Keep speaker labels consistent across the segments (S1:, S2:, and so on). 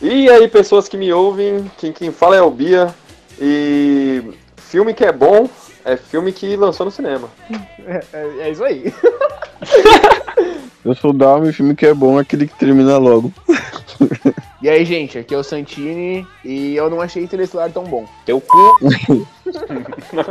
S1: E aí, pessoas que me ouvem, quem, quem fala é o Bia. E filme que é bom é filme que lançou no cinema.
S2: É, é- é isso aí.
S3: Eu sou o Dalva e o filme que é bom é aquele que termina logo.
S2: E aí, gente, aqui é o Santini e eu não achei Interestelar tão bom.
S4: Teu cu.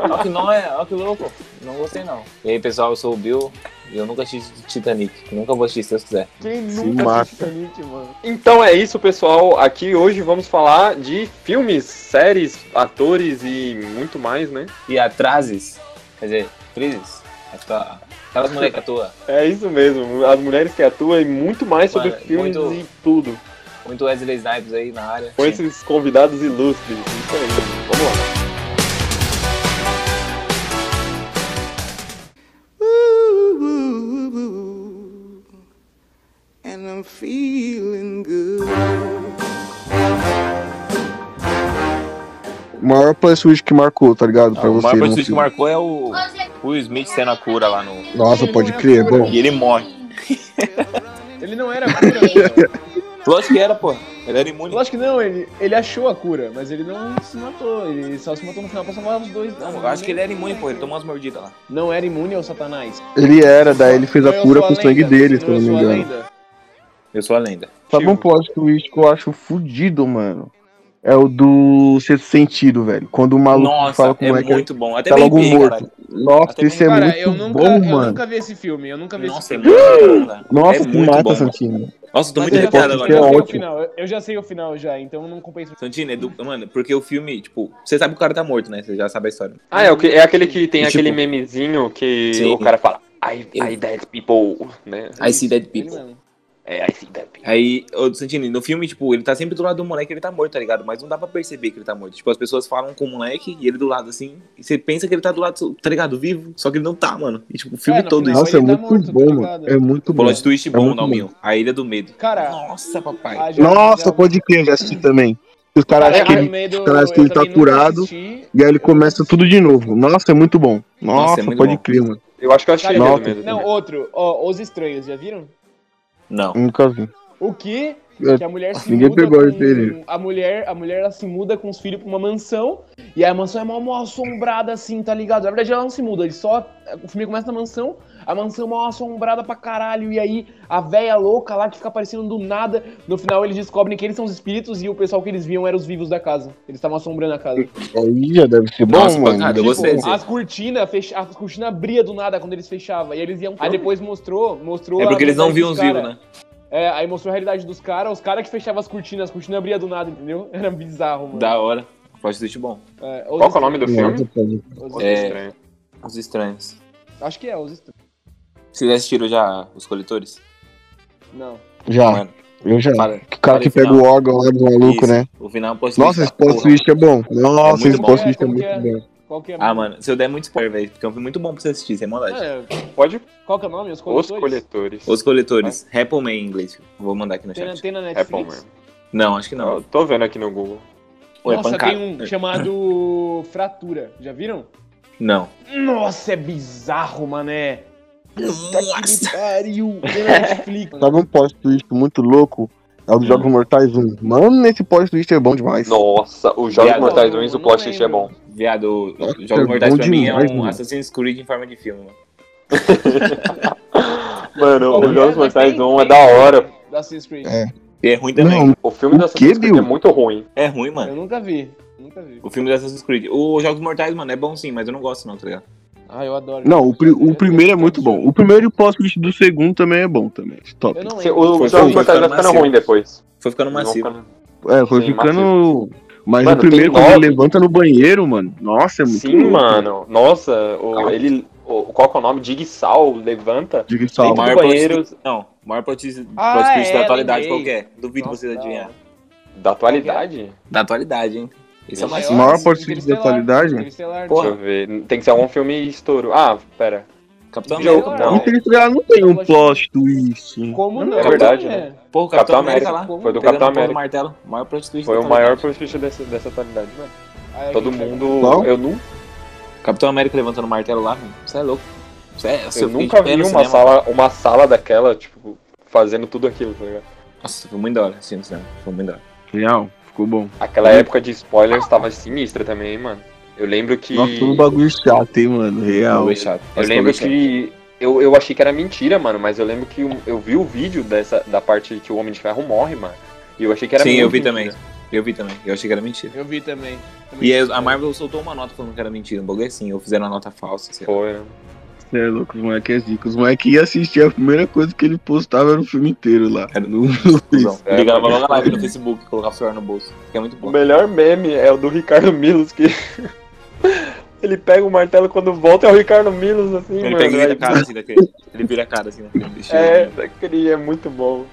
S4: Ó que não é, ó que louco. Não gostei não. E aí, pessoal, eu sou o Bill e eu nunca assisti Titanic. Nunca vou assistir se Deus quiser.
S2: Quem
S3: Se
S2: nunca
S3: mata.
S2: assistiu Titanic, mano?
S1: Então é isso, pessoal. Aqui hoje vamos falar de filmes, séries, atores e muito mais, né?
S4: E atrases, quer dizer, atrizes, aquela- aquelas moleques à toa.
S1: É isso mesmo. As mulheres que atuam e muito mais sobre
S4: Mano,
S1: filmes
S4: muito-
S1: e tudo.
S4: Muito Wesley Snipes aí na área.
S1: Com esses convidados ilustres. Isso aí. Vamos lá.
S5: Ooh, ooh, ooh, ooh. And I'm feeling good.
S3: O maior play switch que marcou, tá ligado? Pra
S4: Ah, o
S3: você.
S4: maior
S3: num
S4: personagem que
S3: filme.
S4: marcou é o Will Smith sendo a cura lá no.
S3: Nossa, pode crer, é bom.
S4: E ele morre.
S2: Ele não era a cura, né? mano.
S4: Lógico que era, pô. Ele era imune.
S2: Lógico que não, ele, ele achou a cura, mas ele não se matou. Ele só se matou no final pra salvar os dois. né?
S4: Não, eu acho que ele
S2: é
S4: era imune, pô. Ele tomou umas mordidas lá.
S2: Não era imune ao Satanás.
S3: Ele era, daí ele fez
S2: Não,
S3: a
S2: eu
S3: cura
S2: sou
S3: com o sangue
S2: lenda.
S3: dele, se eu
S2: eu
S3: não me
S2: sou a
S3: engano.
S2: lenda.
S4: Eu sou a lenda.
S3: Sabe um plot twist que eu acho fudido, mano? É o do Sexto Sentido, velho. Quando o maluco
S4: Nossa,
S3: fala com
S4: é
S3: o moleque,
S4: muito bom. Até
S3: tá
S4: bem
S3: logo
S4: bem,
S3: morto.
S4: caralho.
S3: Nossa,
S4: Até
S3: esse é
S2: Cara,
S3: muito
S2: eu nunca,
S3: bom,
S2: eu
S3: mano.
S2: nunca vi esse filme, eu nunca vi
S4: Nossa, é
S2: esse
S4: muito
S2: filme.
S4: bom, cara.
S3: Nossa,
S4: é
S3: que
S4: muito
S3: mata,
S4: bom. cara.
S3: Santino.
S4: Nossa, eu tô
S2: Mas eu
S4: muito
S2: já
S4: arrepiado
S2: sei-
S3: porque
S4: agora.
S2: eu
S3: é
S2: já sei o
S3: ótimo.
S2: final, eu- Eu já sei o final já, então não compensa.
S4: Santini, é do... mano, porque o filme, tipo, você sabe que o cara tá morto, né? Você já sabe a história.
S1: Ah, é, o que, é aquele que tem
S4: E, tipo,
S1: aquele memezinho que
S4: Sim.
S1: o cara fala I,
S4: Eu-
S1: I dead people, né?
S4: I see dead
S2: Ele
S4: people.
S2: mesmo.
S1: É, I see dead people.
S4: Aí, ô, Santini, no filme, tipo, ele tá sempre do lado do moleque, ele tá morto, tá ligado? Mas não dá pra perceber que ele tá morto. Tipo, as pessoas falam com o moleque e ele do lado, assim, e você pensa que ele tá do lado, tá ligado? Vivo, só que ele não tá, mano. E, tipo, o filme
S2: É, no
S4: todo
S2: final, né?
S3: Nossa,
S4: isso.
S3: é
S2: ele tá
S3: muito
S2: morto, tá
S3: bom,
S2: ligado?
S3: mano. É muito bom.
S4: Plot twist bom,
S3: muito bom.
S4: Dalminho. A Ilha do Medo.
S2: Cara,
S4: Nossa, papai.
S2: a Jornada
S3: Nossa,
S2: da-
S3: pode crer, eu já assisti também. Os caras
S2: Cara, é
S3: acham que
S2: Iron
S3: ele...
S2: Maiden,
S3: os caras
S2: eu
S3: que ele tá
S2: também nunca
S3: curado.
S2: assisti.
S3: E aí ele começa tudo de novo. Nossa, é muito bom.
S4: Nossa,
S3: Nossa,
S4: é muito
S3: pode
S4: bom.
S3: crer, mano.
S1: Eu acho que eu achei
S2: Cara,
S1: ele
S3: Nossa.
S1: mesmo.
S2: Não, outro, ó, Os Estranhos, já viram?
S4: Não.
S3: Nunca vi.
S2: O que?
S3: É,
S2: Que a mulher se
S3: ninguém
S2: muda
S3: pegou
S2: com...
S3: esse aí.
S2: a mulher, a mulher ela se muda com os filhos pra uma mansão, e a mansão é mal, mal assombrada assim, tá ligado? Na verdade ela não se muda, ele só o filme começa na mansão, a mansão mal assombrada pra caralho, e aí a véia louca lá que fica aparecendo do nada, no final eles descobrem que eles são os espíritos e o pessoal que eles viam eram os vivos da casa. Eles estavam assombrando a casa.
S3: Aí já deve ser bom,
S4: Nossa,
S3: mano. tipo,
S4: pancada, eu gostei. dizer.
S2: As cortinas, fecha... as cortinas abria do nada quando eles fechavam. E aí eles iam. Aí depois mostrou, mostrou.
S4: É
S2: a
S4: porque eles não
S2: realidade
S4: viam
S2: dos
S4: os vivos,
S2: cara.
S4: né?
S2: É, aí mostrou a realidade dos caras, os caras que fechavam as cortinas, as cortinas abria do nada, entendeu? Era bizarro, mano.
S4: Da hora. Plot twist bom.
S2: É,
S1: Qual que é o nome do filme?
S3: Nossa, pode-
S2: Os-
S4: É.
S1: Estranho.
S4: Os estranhos.
S2: Acho que é, os estranhos.
S4: Vocês já assistiram já os coletores?
S2: Não.
S3: Já,
S4: Mano,
S3: eu já.
S4: para.
S3: O cara que pega o órgão lá do maluco, né?
S4: O final pode
S3: Nossa, esse plot twist é bom. Nossa,
S4: É
S3: esse
S4: muito
S3: plot
S2: bom.
S3: twist é
S2: Como que
S3: muito bom.
S2: Qual que é?
S4: Ah, mano, se eu der muito spoiler, velho, porque é um filme muito bom pra você assistir, sem maldade.
S2: Mano,
S1: Pode
S2: qual que é o nome? Os
S1: Os
S2: coletores?
S1: Coletores.
S4: Os coletores, Rappleman em inglês. Vou mandar aqui no
S2: Tem na,
S4: chat.
S2: tem na
S1: É
S2: Netflix?
S1: bom mesmo.
S4: Não, acho que não.
S1: Eu tô vendo aqui no Google.
S4: Ou é
S2: Nossa,
S4: pancada.
S2: tem um chamado Fratura. Já viram?
S4: Não.
S2: Nossa, é bizarro, mané. Puta que
S4: Nossa.
S2: pariu. Tem na Netflix.
S3: Sabe um plot twist muito louco? É o dos
S4: Hum.
S3: Jogos Mortais 1. Mano, esse plot twist é bom demais.
S1: Nossa, os Jogos
S4: Viado.
S1: Mortais 1 o
S2: Não
S1: plot twist é bom.
S2: lembro.
S4: Viado,
S3: Nossa,
S4: o Jogos
S3: é
S4: Mortais
S3: bom
S4: pra mim é
S3: demais,
S4: um
S3: mano.
S4: Assassin's Creed em forma de filme, mano.
S1: Mano,
S2: Mas
S1: os Jogos
S2: tem-
S1: Mortais
S2: tem-
S1: 1 é
S2: tem
S1: da hora.
S2: Da Assassin's Creed.
S3: É.
S4: E é ruim também.
S3: Não,
S1: O filme
S3: O
S1: da
S3: quê,
S1: Assassin's Creed é
S3: Bill?
S1: muito ruim.
S4: É ruim, mano.
S2: Eu nunca vi. Nunca vi.
S4: O filme do Assassin's Creed. Os Jogos Mortais, mano, é bom sim, mas eu não gosto não, tá ligado?
S2: Ah, eu adoro.
S3: não o, pri- o primeiro é muito bom. O primeiro e o plot twist do segundo também é bom também. Top.
S2: Eu não
S1: Se-
S2: lembro.
S4: Foi
S1: Os Jogos Mortais
S4: ruim, foi
S1: vai ficando
S4: macio.
S1: ruim depois.
S4: Foi ficando
S1: Eles vão
S4: macio.
S1: ficando-
S3: É, foi
S1: Sim,
S3: ficando. Mas
S1: Mano,
S3: o primeiro,
S1: tem
S3: quando
S1: nove.
S3: ele levanta no banheiro, mano. Nossa, é muito
S1: Sim,
S3: louco.
S1: mano. Nossa, o-
S3: Calma.
S1: ele. O, qual que é o nome? Digsal levanta.
S3: Diga
S4: Tem
S3: salve.
S1: Mar-
S4: maior
S1: banheiro-
S4: plot twist- Não, maior plot twist
S2: Ah,
S4: plot twist
S2: é,
S4: da atualidade
S2: lembrei.
S4: qualquer. Duvido
S2: Nossa,
S4: vocês
S2: da
S4: adivinhar.
S1: Da atualidade?
S4: Da atualidade, hein? Esse é o mais
S3: Maior plot twist da
S2: Interestelar,
S3: atualidade?
S2: Interestelar.
S4: Porra.
S1: Deixa eu ver. Tem que ser algum filme estouro. Ah, pera.
S4: Capitão
S1: Jogo,
S4: América,
S1: não.
S4: pô.
S3: Interestelar não tem um plot twist.
S2: tipo, Como não?
S1: É verdade, né?
S4: Pô, o Capitão
S1: Capitão
S4: América,
S1: América.
S4: lá.
S1: Foi do
S4: pegando um
S1: Capitão
S4: a porra do
S1: América.
S4: martelo. O maior plot twist
S1: Foi
S4: da
S1: o
S4: atualidade.
S1: maior prestígio dessa, dessa atualidade, mano.
S2: Aí,
S1: Todo
S2: gente,
S1: mundo.
S3: Qual?
S1: Eu, nu,
S4: Capitão América levantando o martelo lá, você é louco. Você é,
S1: eu nunca vi uma sala, uma sala daquela, tipo, fazendo tudo aquilo, tá ligado?
S4: Nossa, foi muito da hora, sim, no cinema. Foi muito da hora.
S3: Real, ficou bom.
S1: Aquela época de spoilers tava sinistra também, hein, mano. Eu lembro que.
S3: Nossa, um bagulho chato, hein, mano. Real.
S4: Foi chato.
S1: Eu
S4: Mas
S1: lembro
S4: foi chato.
S1: que. Eu, eu achei que era mentira, mano, mas eu lembro que eu, eu vi o vídeo dessa, da parte que o Homem de Ferro morre, mano. E eu achei que era
S4: Sim, eu
S1: muito
S4: vi
S1: mentira.
S4: também. Eu vi também. Eu achei que era mentira.
S2: Eu vi também. também
S4: E aí a Marvel soltou uma nota falando que era mentira, um bagulho assim, ou fizeram uma nota falsa, assim. sei lá.
S1: Foi, né?
S3: Você é louco, os moleques é zica. Os moleques iam assistir, a primeira coisa que ele postava era o filme inteiro lá. No,
S4: Era Cusão.
S1: É,
S4: Ligava
S1: mano.
S4: logo na live no Facebook, colocava o celular no bolso, que é muito
S1: O
S4: bom.
S1: melhor meme é o do Ricardo Milos, que. ele pega o martelo quando volta, é o Ricardo Milos, assim,
S4: Ele
S1: mano.
S4: pega e vira a
S1: aí-
S4: cara assim daquele. Ele vira a cara assim naquele bicho.
S1: É, aquele é muito bom.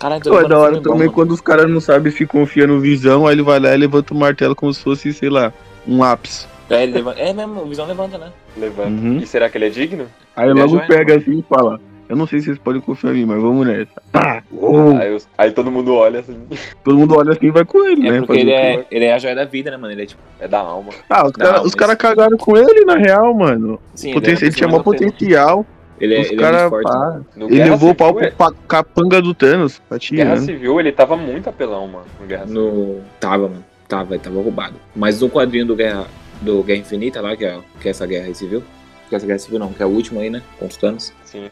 S4: Caralho,
S3: Pô, é da hora também quando os caras não sabem se confia no visão, aí ele vai lá e levanta o martelo como se fosse, sei lá, um lápis.
S4: É, ele levanta- é mesmo, o Visão levanta, né?
S1: Levanta.
S3: Uhum.
S1: E será que ele é digno?
S3: Aí
S4: Ele é
S3: logo
S4: joia,
S3: pega assim e fala: Eu não sei se vocês podem confiar em mim, mas vamos nessa. Pá! Uou!
S1: Aí, os- aí todo mundo olha assim.
S3: Todo mundo olha assim e vai com ele,
S4: É
S3: né?
S4: porque
S3: Fazer
S4: ele
S3: o quê?
S4: é, ele é a joia da vida, né, mano? Ele é tipo.
S1: É da alma.
S3: Ah, os caras
S4: Não, mas-
S3: cagaram com ele, na real, mano.
S4: Sim,
S3: Poten-
S4: é
S3: ele tinha
S4: uma
S3: maior
S4: pessoa mais alternante.
S3: potencial.
S4: Ele é,
S3: os
S4: ele é muito
S3: caras.
S4: forte. né?
S1: No
S3: ele
S1: Guerra
S3: levou o pau
S1: Civil,
S3: pro pa- capanga do Thanos. Tá
S1: Guerra
S3: tirando.
S1: Civil, ele tava muito apelão, mano. No Guerra Civil.
S4: No... Tava, mano. Tava, ele tava roubado. Mas no quadrinho do Guerra, do Guerra Infinita lá, que é, que é essa guerra civil. Que é essa guerra civil não, que é a última aí, né? Contra os Thanos.
S1: Sim.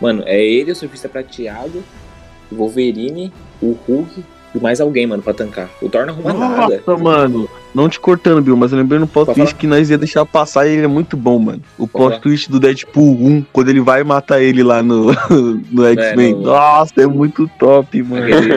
S4: Mano, é ele, o surfista prateado, o Wolverine, o Hulk e mais alguém, mano, pra tancar. O Thor não arruma é nada.
S3: Nossa, mano. Não te cortando, Bill, mas eu lembrei no
S4: Pode
S3: plot-twist que nós ia deixar passar e ele é muito bom, mano. O
S4: Pode falar.
S3: plot-twist do Deadpool 1, quando ele vai matar ele lá no, no X-Men.
S4: no-
S3: Nossa, é muito top, mano.
S4: Aquele,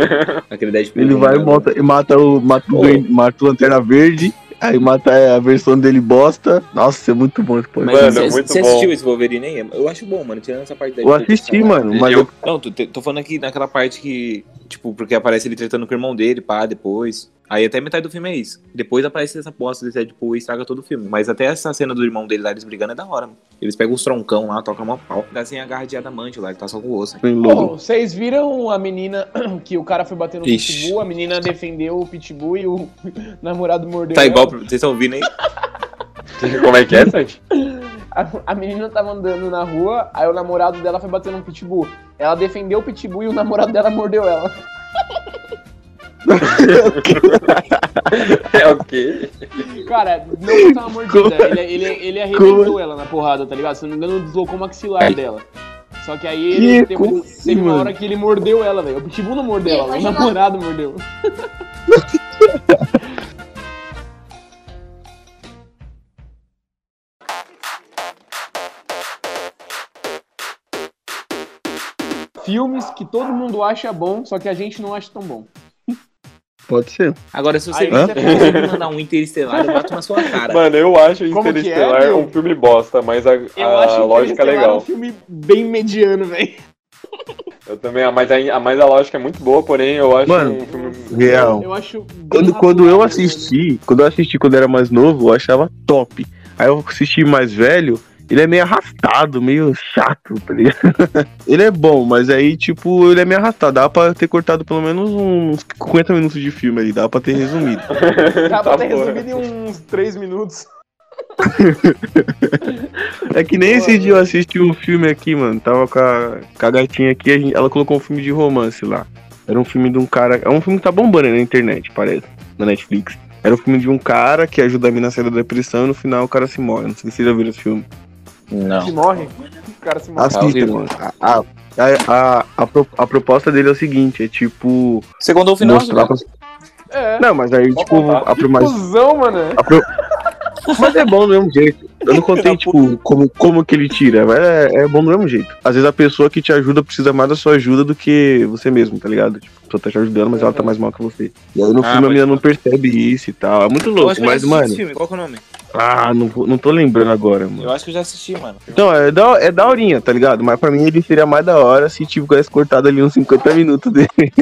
S4: aquele Deadpool.
S3: Ele vai e
S4: né,
S3: mata, e mata o mata, o
S4: Pô.
S3: Duende- mata o Lanterna Verde, aí mata a versão dele bosta. Nossa, é muito bom esse
S4: mano?
S3: podcast.
S4: Mas
S1: Mano,
S4: você,
S1: muito
S4: você
S1: bom.
S4: assistiu esse Wolverine aí? Eu acho bom, mano, tirando essa parte da né?
S3: Eu assisti, mano, mas eu,
S4: Não, tô, te- tô falando aqui naquela parte que, tipo, porque aparece ele tretando com o irmão dele, pá, depois. Aí até metade do filme é isso. Depois aparece essa bosta desse Deadpool e estraga todo o filme. Mas até essa cena do irmão dele lá, eles brigando, é da hora, mano. Eles pegam os troncão lá, tocam uma pau. Dá sem a garra de adamante lá, ele tá só com o osso.
S3: bem
S2: Bom,
S3: louco.
S2: vocês viram a menina que o cara foi bater no
S4: Ixi.
S2: Pitbull, a menina defendeu o Pitbull e o namorado mordeu.
S4: Tá
S2: ela.
S4: igual, pra- vocês estão ouvindo aí?
S1: Como é que é, Sandy?
S2: A, a menina tava andando na rua, aí o namorado dela foi bater no Pitbull. Ela defendeu o Pitbull e o namorado dela mordeu ela.
S1: É o quê?
S2: Cara, não foi só uma mordida, ele, é, ele, ele arrebentou
S3: Como?
S2: ela na porrada, tá ligado? Se eu não me engano, deslocou o maxilar
S4: Ai.
S2: dela. Só que aí ele
S3: Ih,
S2: teve,
S3: como assim,
S2: teve uma
S3: mano?
S2: hora que ele mordeu ela, velho. O Pitbull não mordeu
S6: Ih,
S2: ela, o
S6: pode jogar.
S2: namorado mordeu. Filmes que todo mundo acha bom, só que a gente não acha tão bom.
S3: Pode ser.
S4: Agora, se você
S2: Aí,
S4: quiser
S3: hã?
S4: conseguir mandar um interestelar, eu bato na sua cara.
S1: Mano, eu acho
S2: Como que é,
S1: Interestelar
S2: meu?
S1: um filme bosta, mas a,
S2: Eu
S1: a
S2: acho
S1: lógica é
S2: Interestelar um
S1: legal.
S2: filme bem mediano, velho.
S1: Eu também, mas a, mas a lógica é muito boa, porém eu acho
S3: Mano,
S1: um filme.
S3: Real.
S2: Eu acho. bem
S3: Quando, quando eu
S2: razoável,
S3: assisti, quando eu assisti quando eu era mais novo, eu achava top. Aí eu assisti mais velho, ele é meio arrastado, meio chato, tá ligado? ele é bom, mas aí, tipo, ele é meio arrastado. Dá pra ter cortado pelo menos uns 50 minutos de filme ali, dá pra ter resumido.
S2: né? Dá pra ter
S1: Tá, porra.
S2: resumido em uns 3 minutos.
S3: É que
S2: Boa,
S3: nem esse dia eu assisti um filme aqui, mano. Tava com a, com a gatinha aqui, a gente- ela colocou um filme de romance lá. Era um filme de um cara. É um filme que tá bombando aí na internet, parece. Na Netflix. Era um filme de um cara que ajuda a mina a sair da depressão e no final o cara se morre. Não sei se vocês já viram esse filme.
S2: Se
S4: Não.
S2: morre, o cara se morre.
S3: Assista,
S4: horrível.
S3: mano. A, a, a, a, pro- a proposta dele é o seguinte: é tipo.
S4: Você contou o final,
S3: mostrar pra...
S2: É.
S3: Não, mas aí, tipo,
S1: contar.
S3: a, pro- mas
S2: Cusão, mano.
S3: A pro- Mas é bom do mesmo jeito. Eu não contei, tipo, como, como que ele tira, mas é, é bom do mesmo jeito. Às vezes a pessoa que te ajuda precisa mais da sua ajuda do que você mesmo, tá ligado? Tipo, a pessoa tá te ajudando, mas ela tá mais mal que você. E aí no
S4: Uhum.
S3: filme a
S4: Ah, pode
S3: menina não percebe isso e tal. É muito
S4: Eu
S3: louco,
S4: acho que eu já
S3: mas,
S4: assisti
S3: mano.
S4: esse filme. Qual que é o nome?
S3: Ah, não, vou- não tô lembrando agora, mano.
S4: Eu acho que eu já assisti, mano.
S3: Então, é da, é daorinha, tá ligado? Mas pra mim ele seria mais da hora se, tipo, tivesse cortado ali uns 50 minutos dele.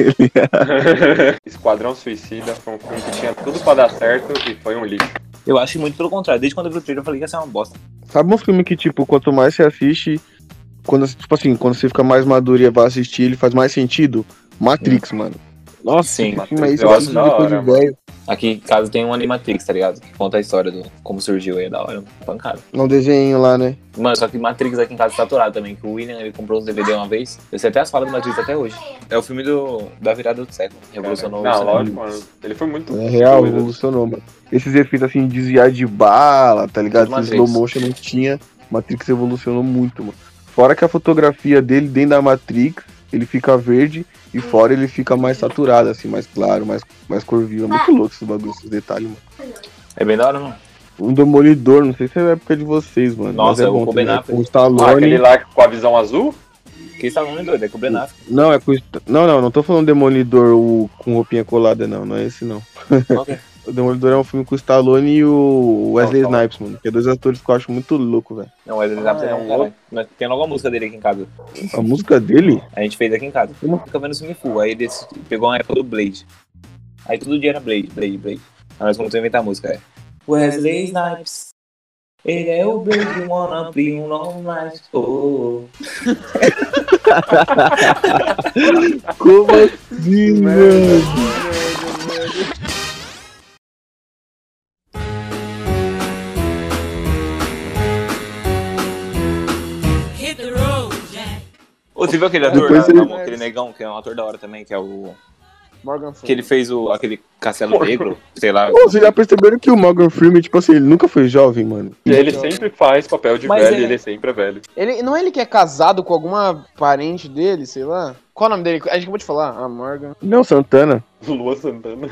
S1: Esquadrão Suicida foi um filme que tinha tudo pra dar certo e foi um lixo.
S4: Eu acho muito pelo contrário. Desde quando eu vi o trailer, eu falei que ia ser uma bosta.
S3: Sabe um filme que, tipo, quanto mais você assiste,
S4: Hum.
S3: quando, tipo assim, quando você fica mais maduro e vai assistir, ele faz mais sentido? Matrix, mano. Nossa, é
S4: Sim,
S3: esse filme aí,
S4: eu
S3: esse
S4: acho
S3: filme
S4: da
S3: de coisa
S4: hora,
S3: de velho.
S4: Aqui em casa tem um Animatrix, tá ligado? Que conta a história do como surgiu aí, é da hora, pancada.
S3: Não desenho lá, né?
S4: Mano, só que Matrix aqui em casa é saturado também, que o William ele comprou um uns DVD uma vez. Eu sei até as falas do Matrix até hoje. É o filme do, da virada do século, revolucionou o
S1: Não,
S4: cinema.
S1: lógico, mano. Ele foi muito.
S3: É real,
S1: doido.
S3: revolucionou, mano. Esses efeitos assim, de desviar de bala, tá ligado?
S4: Matrix.
S3: Esse slow motion não tinha. Matrix evolucionou muito, mano. Fora que a fotografia dele dentro da Matrix, ele fica verde e fora ele fica mais saturado, assim, mais claro, mais, mais cor viva. É Muito louco esse bagulho, esses detalhes, mano.
S4: É bem da hora, mano.
S3: Um Demolidor, não sei se é a época de vocês, mano.
S4: Nossa,
S3: mas é
S4: o
S3: bom,
S4: Ruben
S3: também.
S4: Affleck.
S3: com o
S1: Ah, aquele
S3: Stallone.
S1: lá com a visão azul?
S4: Que esse aluno é doido, é com o Ben Affleck.
S3: Não, é com o Sta- Não, não, não tô falando Demolidor o... com roupinha colada, não. Não é esse, não.
S4: Ok.
S3: O Demolidor é um filme com o Stallone e o Wesley
S4: Não, tá
S3: Snipes, mano. Que é dois atores que eu acho muito louco, velho.
S4: Não, mas ele dá pra
S1: Ah,
S4: ter
S1: é
S4: um
S1: um
S4: cara. Nós- Tem logo a música dele aqui em casa.
S3: A música dele?
S4: A gente fez aqui em casa. Fica vendo o filme full. Aí ele dec- pegou uma época do Blade. Aí todo dia era Blade, Blade, Blade. Aí nós começamos a inventar a música. É. Wesley Snipes. Ele é o Blade, wanna play um long night. Oh.
S3: Como assim, mano?
S6: Hit the road, Jack.
S4: Ô, você viu aquele ator,
S3: Depois
S4: né,
S3: ele-
S4: Ramon? aquele negão, que é um ator da hora também, que é o.
S2: Morgan Freeman.
S4: Que ele fez o, aquele Castelo Negro, sei lá.
S3: Pô, vocês já perceberam que o Morgan Freeman, tipo assim, ele nunca foi jovem, mano.
S1: E ele sempre faz papel de
S4: Mas
S1: velho,
S4: é-
S1: ele sempre é velho.
S2: Ele, não é ele que é casado com alguma parente dele, sei lá? Qual o nome dele? A gente acabou de falar. Ah, Morgan.
S3: Não, Santana.
S1: Lua Santana.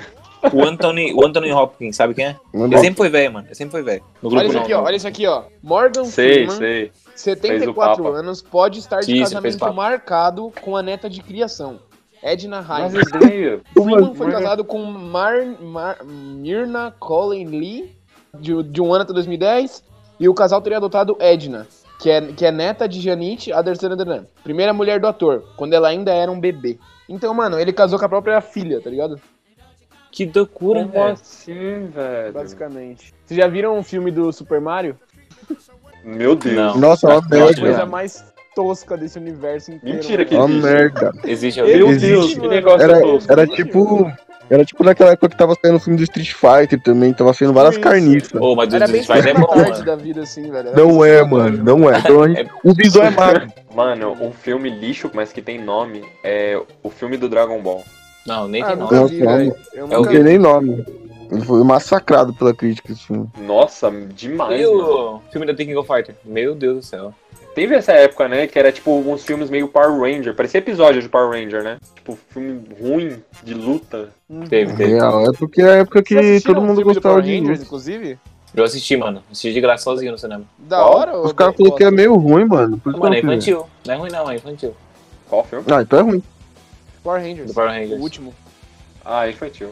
S4: O Anthony, o Anthony Hopkins, sabe quem é? Ele
S3: Mano,
S4: sempre foi velho, mano. Ele sempre foi velho. No grupo
S2: Olha isso
S4: não,
S2: aqui, ó.
S4: não.
S2: Olha isso aqui, ó. Morgan
S1: Sei,
S2: Freeman,
S1: sei. fez o
S2: 74
S1: Papa.
S2: anos, pode estar de
S4: Isso, fez o Papa.
S2: casamento marcado com a neta de criação. Edna
S1: Mas
S2: Hines.
S1: ideia.
S2: Freeman foi
S1: Mas-
S2: casado com Mar, Mar- Myrna Colin Lee, de, de um ano até 2010, e o casal teria adotado Edna, que é, que é neta de Janite Adersandaran, primeira mulher do ator, quando ela ainda era um bebê. Então, mano, ele casou com a própria filha, tá ligado?
S4: Que loucura,
S1: Como
S4: mano.
S1: assim, velho?
S2: Basicamente. Vocês já viram o filme do Super Mario?
S1: Meu Deus.
S4: Não.
S3: Nossa, ó,
S4: Não,
S2: É a
S4: acho que
S3: merda.
S2: coisa mais tosca desse universo inteiro.
S1: Mentira que
S3: Ó,
S1: existe.
S3: merda.
S4: Existe
S1: Meu
S4: alguém?
S3: Existe,
S1: Deus, que
S2: mano.
S1: negócio
S3: Era-
S1: tosco.
S3: Era tipo. Era tipo naquela época que tava saindo o filme do Street Fighter também, tava saindo várias
S2: Isso.
S3: carniças.
S4: Ô, mas
S2: Era bem
S4: Deus, faz é
S2: Sessão da
S4: bom,
S2: tarde
S4: mano.
S2: da vida, assim, velho. Era bem
S3: Não é,
S2: Sessão da
S3: mano,
S2: Tarde.
S3: não é. Então a gente- O Bison é magro.
S1: Mano, um filme lixo, mas que tem nome, é o filme do Dragon Ball.
S4: Não, nem
S2: Ah,
S4: tem
S2: eu
S4: nome.
S2: nunca vi,
S3: Nossa,
S2: velho. Eu
S4: É o
S3: Não
S2: nunca
S3: tem nem nome. Ele foi massacrado pela crítica, esse filme.
S1: Nossa, demais,
S4: E
S1: mano.
S4: o filme da The King of Fighter? Meu Deus do céu.
S1: Teve essa época, né, que era tipo uns filmes meio Power Ranger, parecia episódio de Power Ranger, né? Tipo, filme ruim, de luta.
S4: Teve, teve.
S3: Real, é porque é a época
S2: Vocês
S3: que
S2: assistiram
S3: todo
S2: o
S3: mundo
S2: filme do
S3: gostava
S2: Power
S3: de.
S2: Rangers, inclusive?
S4: Eu assisti, mano. Assisti de graça sozinho no cinema.
S2: Da
S1: Qual?
S2: hora?
S3: Os
S2: ou-
S3: caras falaram que é meio ruim, mano. Por isso
S4: Mano, é
S3: que eu não fiz.
S4: infantil. Não é ruim não, é infantil.
S1: Qual filme?
S3: Ah, então é ruim.
S2: Power
S4: Do
S2: Rangers.
S4: Power
S2: O
S4: Rangers.
S2: último.
S1: Ah, infantil.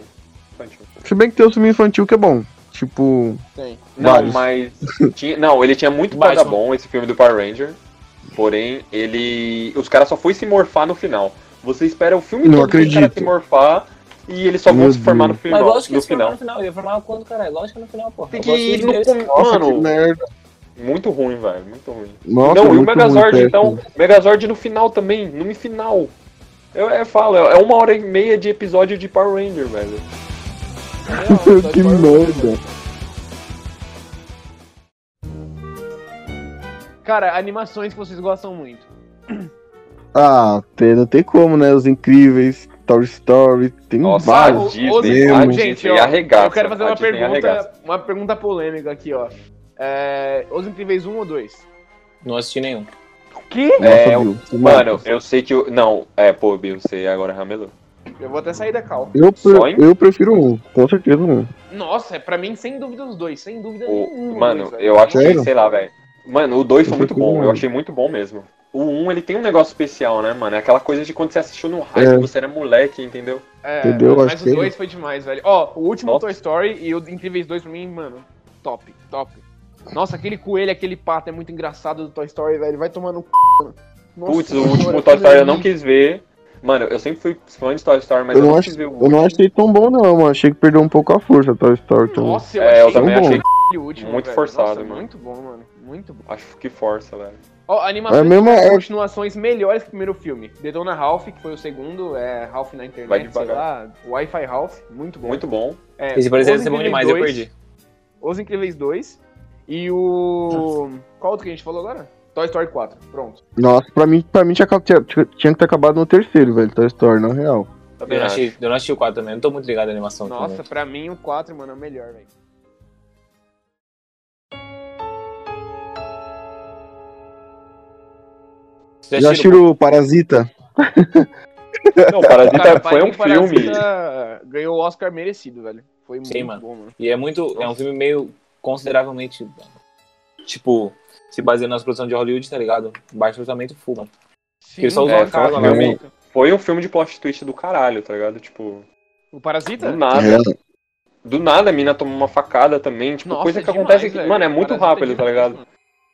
S1: Infantil.
S3: Se bem que tem o filme infantil que é bom. Tipo,
S2: Tem.
S1: Não,
S3: Vários.
S1: mas. tinha- não, ele tinha muito
S4: Batman.
S1: coisa bom esse filme do Power Ranger. Porém, ele. Os caras só foi se morfar no final. Você espera o filme
S3: Não
S1: todo pro cara
S3: acredito.
S1: se morfar e eles só vão
S3: Meu
S1: se formar no
S3: Deus.
S1: final.
S4: Mas lógico que é
S1: no
S4: eles formaram
S1: final. é
S4: no final. Ele formava quando, caralho? Lógico que é no final, porra.
S1: Tem
S4: Eu
S1: que
S4: gosto
S1: ir
S4: dos
S1: no
S4: dois.
S1: com-
S3: nossa, que
S1: Mano,
S3: merda.
S1: muito ruim, velho. Muito ruim.
S3: Nossa,
S1: não, e o
S3: muito ruim,
S1: Megazord,
S3: péssimo.
S1: então. Megazord no final também, no final. Eu, eu falo, é uma hora e meia de episódio de Power Ranger, velho.
S3: que merda.
S2: Cara, animações que vocês gostam muito.
S3: Ah, tem, não tem como, né? Os incríveis, Toy Story, tem
S1: Nossa,
S2: Ah,
S3: vários.
S1: o- Disney,
S3: a
S1: Disney arregaça,
S2: eu quero fazer
S1: a
S2: uma
S1: Disney
S2: pergunta,
S1: arregaça.
S2: uma pergunta polêmica aqui, ó. É, Os Incríveis 1 ou 2?
S4: Não assisti nenhum.
S2: Que?
S3: Nossa,
S1: É,
S3: viu?
S1: Mano, eu sei que. o- Não, é, pô, Bill, você agora ramelou.
S2: Eu vou até sair da cal.
S3: Eu, pre-
S1: só em-
S3: eu prefiro um, com certeza um.
S2: Nossa, é pra mim, sem dúvida, os dois. Sem dúvida
S1: O-
S2: nenhuma.
S1: mano,
S2: os um dois, né?
S1: eu
S2: velho.
S1: acho que,
S3: Sério?
S1: sei lá, velho. Mano, o 2 foi
S3: Eu
S1: muito
S3: prefiro
S1: bom,
S3: um.
S1: eu achei muito bom mesmo. O 1, um, ele tem um negócio especial, né, mano? É aquela coisa de quando você assistiu no hype,
S3: É.
S1: você era moleque, entendeu?
S2: É,
S3: Entendeu?
S2: Mas, mas
S3: Acho que
S2: os
S3: ele-
S2: dois foi demais, velho. Ó, o último
S1: Nossa.
S2: Toy Story e o Incríveis 2 pra mim, mano, top, top. Nossa, aquele coelho, aquele pato é muito engraçado do Toy Story, velho. Vai tomando c... mano. Nossa
S1: Putz, o
S2: senhora,
S1: último
S2: que
S1: Toy Story eu não
S2: delícia.
S1: quis ver. Mano, eu sempre fui fã de Toy Story, mas
S3: Eu
S1: eu,
S3: não
S1: não
S3: acho-
S1: quis ver o um.
S3: Eu não achei tão bom, não, mano. Achei que perdeu um pouco a força Toy Story também.
S2: Nossa, eu
S1: É, eu
S2: achei
S1: também
S3: bom.
S1: achei
S2: o último.
S1: Muito
S2: velho.
S1: forçado,
S2: Nossa,
S1: mano.
S2: Muito bom, mano. Muito bom.
S1: Acho que força, velho.
S2: Ó, animações
S3: É mesmo, é-
S2: continuações melhores que o primeiro filme. Detona Ralph, que foi o segundo, é Ralph na
S1: Vai
S2: internet, sei
S1: devagar.
S2: lá. Wi-Fi Ralph, muito bom.
S1: Muito bom.
S2: É,
S4: Esse parecia
S2: Os
S4: ser bom
S2: Incríveis
S4: demais, eu
S2: 2,
S4: perdi.
S2: Os Incríveis 2 e o... Qual outro que a gente falou agora? Toy Story 4, pronto.
S3: Nossa, pra mim, pra mim tinha, acab- tinha- tinha- tinha que ter acabado no terceiro, velho. Toy Story, na real.
S4: Eu
S1: Também
S4: não,
S1: acho.
S4: achei, eu não achei o 4 também, eu não tô muito ligado à animação.
S2: Nossa,
S4: também.
S2: pra mim o 4, mano, é o melhor, velho.
S4: Vocês
S3: Já
S4: assistiram-
S3: tiro Parasita.
S1: Não, Parasita
S2: Cara, pra
S1: foi
S2: mim,
S1: um filme.
S2: Parasita eh, ganhou o Oscar merecido, velho. Foi
S4: Sim,
S2: muito
S4: mano.
S2: bom, mano.
S4: E é muito. É um filme meio consideravelmente. Tipo, se baseando nas produções de Hollywood, tá ligado? Baixo orçamento full, mano.
S2: Sim,
S4: só usou
S2: velho,
S4: a cara
S2: É,
S1: né?
S2: cara,
S4: lá,
S2: velho.
S1: Foi um filme de plot twist do caralho, tá ligado? Tipo,
S2: O
S1: do
S2: Parasita?
S3: É,
S1: nada. Do nada a mina toma uma facada também. Tipo,
S2: Nossa,
S1: coisa
S2: é
S1: que
S2: demais,
S1: acontece que,
S2: velho.
S1: mano, é muito
S2: Parasita
S1: rápido, tá
S2: demais,
S1: ligado?
S2: mano.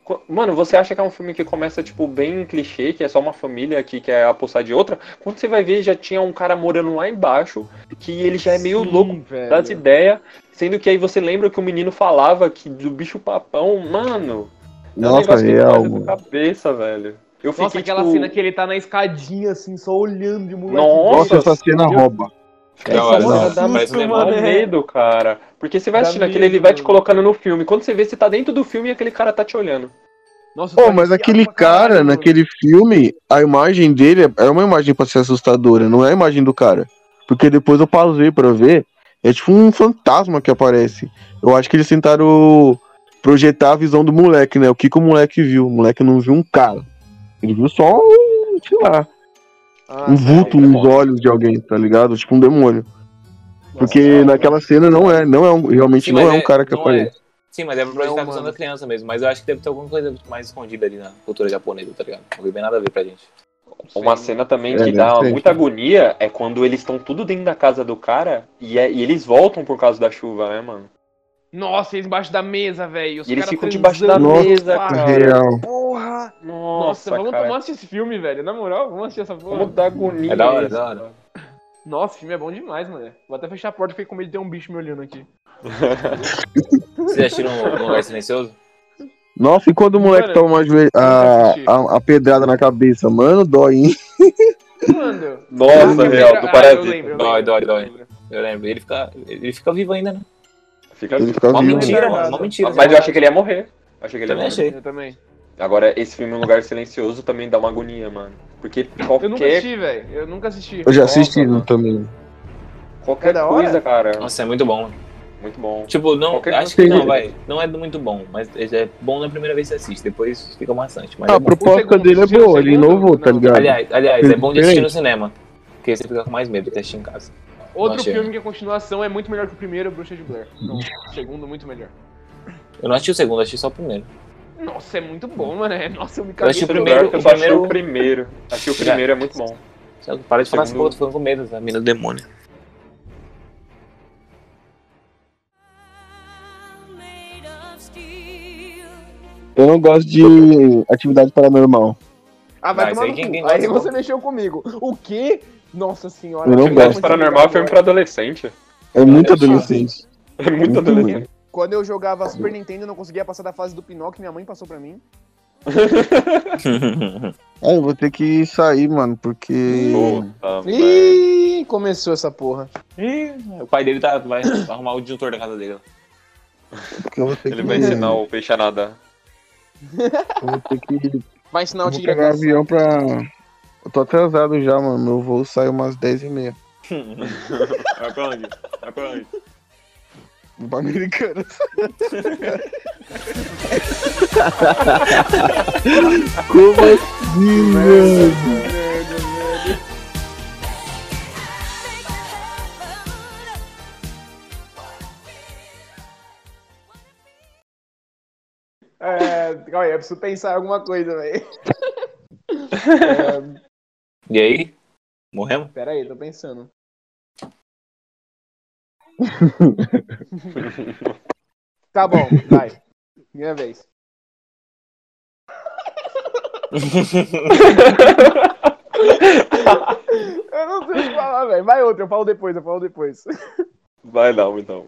S1: Co- Mano, você acha que é um filme que começa, tipo, bem clichê, que é só uma família que quer apostar de outra. Quando você vai ver, já tinha um cara morando lá embaixo, que ele já é meio
S2: Sim,
S1: louco tipo,
S2: velho.
S1: das ideias. Sendo que aí você lembra que o menino falava que do bicho papão, mano. é um
S3: Nossa,
S1: negócio que
S3: real,
S1: me faz
S3: mano.
S1: da cabeça, velho. Eu fiquei,
S2: Nossa, aquela
S1: tipo,
S2: cena que ele tá na escadinha, assim, só olhando de moleque.
S1: Nossa,
S3: Nossa, essa cena rouba.
S1: Fiquei
S4: Da hora,
S1: é só
S3: da
S1: mano,
S3: hora.
S1: dá
S4: Parece um
S1: muito
S4: demônio.
S1: mano,
S2: é
S1: é medo, cara. Porque você vai
S2: Dá
S1: assistindo aquele, ele
S2: medo,
S1: vai te
S2: mano.
S1: colocando no filme. Quando você vê, você tá dentro do filme e aquele cara tá te olhando.
S2: Nossa, eu tô
S3: Pô, mas
S2: arrepiado
S3: aquele
S2: pra caralho,
S3: cara,
S2: mano.
S3: naquele filme, a imagem dele é uma imagem pra ser assustadora, não é a imagem do cara. Porque depois eu pausei pra ver, é tipo um fantasma que aparece. Eu acho que eles tentaram projetar a visão do moleque, né? O que, que o moleque viu? O moleque não viu um cara. Ele viu só um, sei lá,
S2: Ah,
S3: um vulto,
S1: não,
S3: uns
S1: demônio.
S3: olhos de alguém, tá ligado? Tipo um demônio. Porque
S1: não,
S3: naquela cena não é, não é um, realmente
S4: Sim,
S3: não
S4: mas
S3: é um cara que
S4: não
S3: aparece.
S4: é. Sim, mas é pra projetar a visão
S2: mano.
S4: da criança mesmo. Mas eu acho que deve ter alguma coisa mais escondida ali na cultura japonesa, tá ligado? Não tem nada a ver pra gente.
S1: Uma cena também
S3: É,
S1: que
S3: deve
S1: dá
S3: ser.
S1: muita agonia é quando eles estão tudo dentro da casa do cara e, é- e eles voltam por causa da chuva, né, mano?
S2: Nossa, eles embaixo da mesa, velho. Os
S1: E eles
S2: cara
S1: ficam debaixo da
S2: transando,
S1: mesa,
S2: pá.
S1: cara.
S3: Ah, Real.
S2: Porra! Nossa,
S1: Nossa,
S2: vamos,
S1: cara.
S2: vamos assistir esse filme, velho. Na moral, vamos assistir essa porra.
S1: Como dá agonia.
S4: É da hora,
S1: isso,
S4: da hora.
S1: mano.
S2: Nossa, esse filme é bom demais, mano. Vou até fechar a porta, fiquei com medo de ter um bicho me olhando aqui.
S4: Vocês já assistiram um lugar silencioso?
S3: Nossa, e quando o moleque
S2: Mano,
S3: toma uma joelha- a,
S2: assisti.
S3: a- a pedrada na cabeça, mano, dói, hein?
S2: Mano.
S1: Nossa,
S2: a
S1: real,
S2: primeira-
S1: É, do
S2: Ah, eu
S1: parasita.
S2: lembro, eu
S4: Dói,
S2: lembro,
S4: dói,
S2: eu
S4: dói.
S2: lembro.
S4: Eu lembro. Ele fica, ele fica vivo ainda, né?
S1: Fica... assim.
S3: Ele fica
S4: Uma
S3: vivo.
S4: mentira,
S2: Não,
S4: mano. Uma
S2: não.
S4: mentira.
S1: Mas eu achei que ele ia morrer. Achei que ele ia
S4: Também
S1: morrer.
S4: achei.
S2: Eu também.
S1: Agora, esse filme Um Lugar Silencioso também dá uma agonia, mano. Porque
S2: Eu nunca
S1: qualquer,
S2: assisti, velho. Eu nunca assisti.
S3: Eu já
S1: Nossa,
S3: assisti
S1: mano.
S3: também.
S1: qualquer
S2: É da hora?
S1: coisa, cara.
S4: Nossa, é muito bom.
S1: Muito bom.
S4: Tipo, não,
S1: Qualquer
S4: acho
S1: coisa
S4: que
S3: que
S4: não,
S1: você-
S4: vai. Não é muito bom, mas é bom na primeira vez que você assiste. Depois fica maçante. Mas
S3: Ah,
S4: é
S3: a
S4: bom.
S2: O
S3: proposta
S2: segundo,
S3: dele é
S2: você assistiu o
S3: boa, ele
S2: segundo?
S3: inovou, tá
S2: Não.
S3: ligado?
S4: Aliás, aliás, é bom
S3: Diferente.
S4: de assistir no cinema. Porque você fica com mais medo que assistir em casa.
S2: Outro
S4: Não achei.
S2: filme que a continuação é muito melhor que o primeiro, Bruxa de Blair. Então, o segundo, muito melhor.
S4: Eu não assisti o segundo, assisti só o primeiro.
S2: Nossa, é muito bom, mano. É- Nossa, eu me
S4: Eu
S2: caguei.
S4: assisti o
S1: Outro
S2: todo.
S1: lugar
S4: primeiro-
S1: que eu
S4: o
S1: só achei o
S4: primeiro-
S1: primeiro. Achei o primeiro é muito bom.
S4: Só que Para de falar assim, pô,
S1: Segundo.
S4: tô ficando com medo da mina do demônio.
S6: Made of steel.
S3: Eu não gosto de atividade paranormal.
S2: Ah, vai
S4: Ah, isso
S2: tomar
S4: aí
S2: no
S4: quem-
S2: cu.
S4: quem
S2: Aí
S4: gosta,
S2: você
S4: não.
S2: mexeu comigo. O quê? Nossa senhora.
S3: Eu não
S2: Atividade
S3: gosto.
S1: Atividade Paranormal é filme pra adolescente.
S3: É muito
S4: Eu
S3: adolescente.
S1: É muito
S3: Muito
S1: adolescente.
S2: Quando eu jogava Super Nintendo, eu não conseguia passar da fase do Pinóquio, minha mãe passou pra mim.
S3: É, eu vou ter que sair, mano, porque.
S2: Ah,
S1: Puta, velho.
S2: Ih, começou essa porra.
S4: Ih, o pai dele tá, vai arrumar o disjuntor da casa dele.
S3: porque eu vou ter
S1: Ele
S3: que-
S1: vai ensinar o peixe a nadar.
S3: Eu vou ter que.
S2: Vai ensinar
S3: Eu
S2: o
S3: vou
S2: tigre a
S3: pegar
S2: caçar.
S3: avião pra. Eu tô atrasado já, mano. Meu voo sai umas 10h30.
S4: Vai pra onde? Vai pra onde?
S3: Vou pra Americana. Como assim, mano?
S2: É, calma aí, eu preciso pensar em alguma coisa, velho.
S4: E aí? Morremos?
S2: Pera aí, tô pensando. tá bom, vai. Minha vez. Eu não sei o que falar, velho. Vai outra, eu falo depois, eu falo depois.
S1: Vai não, então.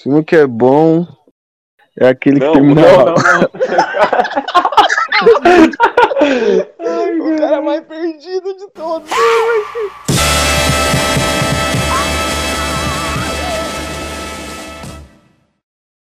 S3: Filme que é bom. É aquele
S1: Não,
S3: que
S1: não,
S3: termina.
S1: não, não.
S2: O cara mais perdido de todos.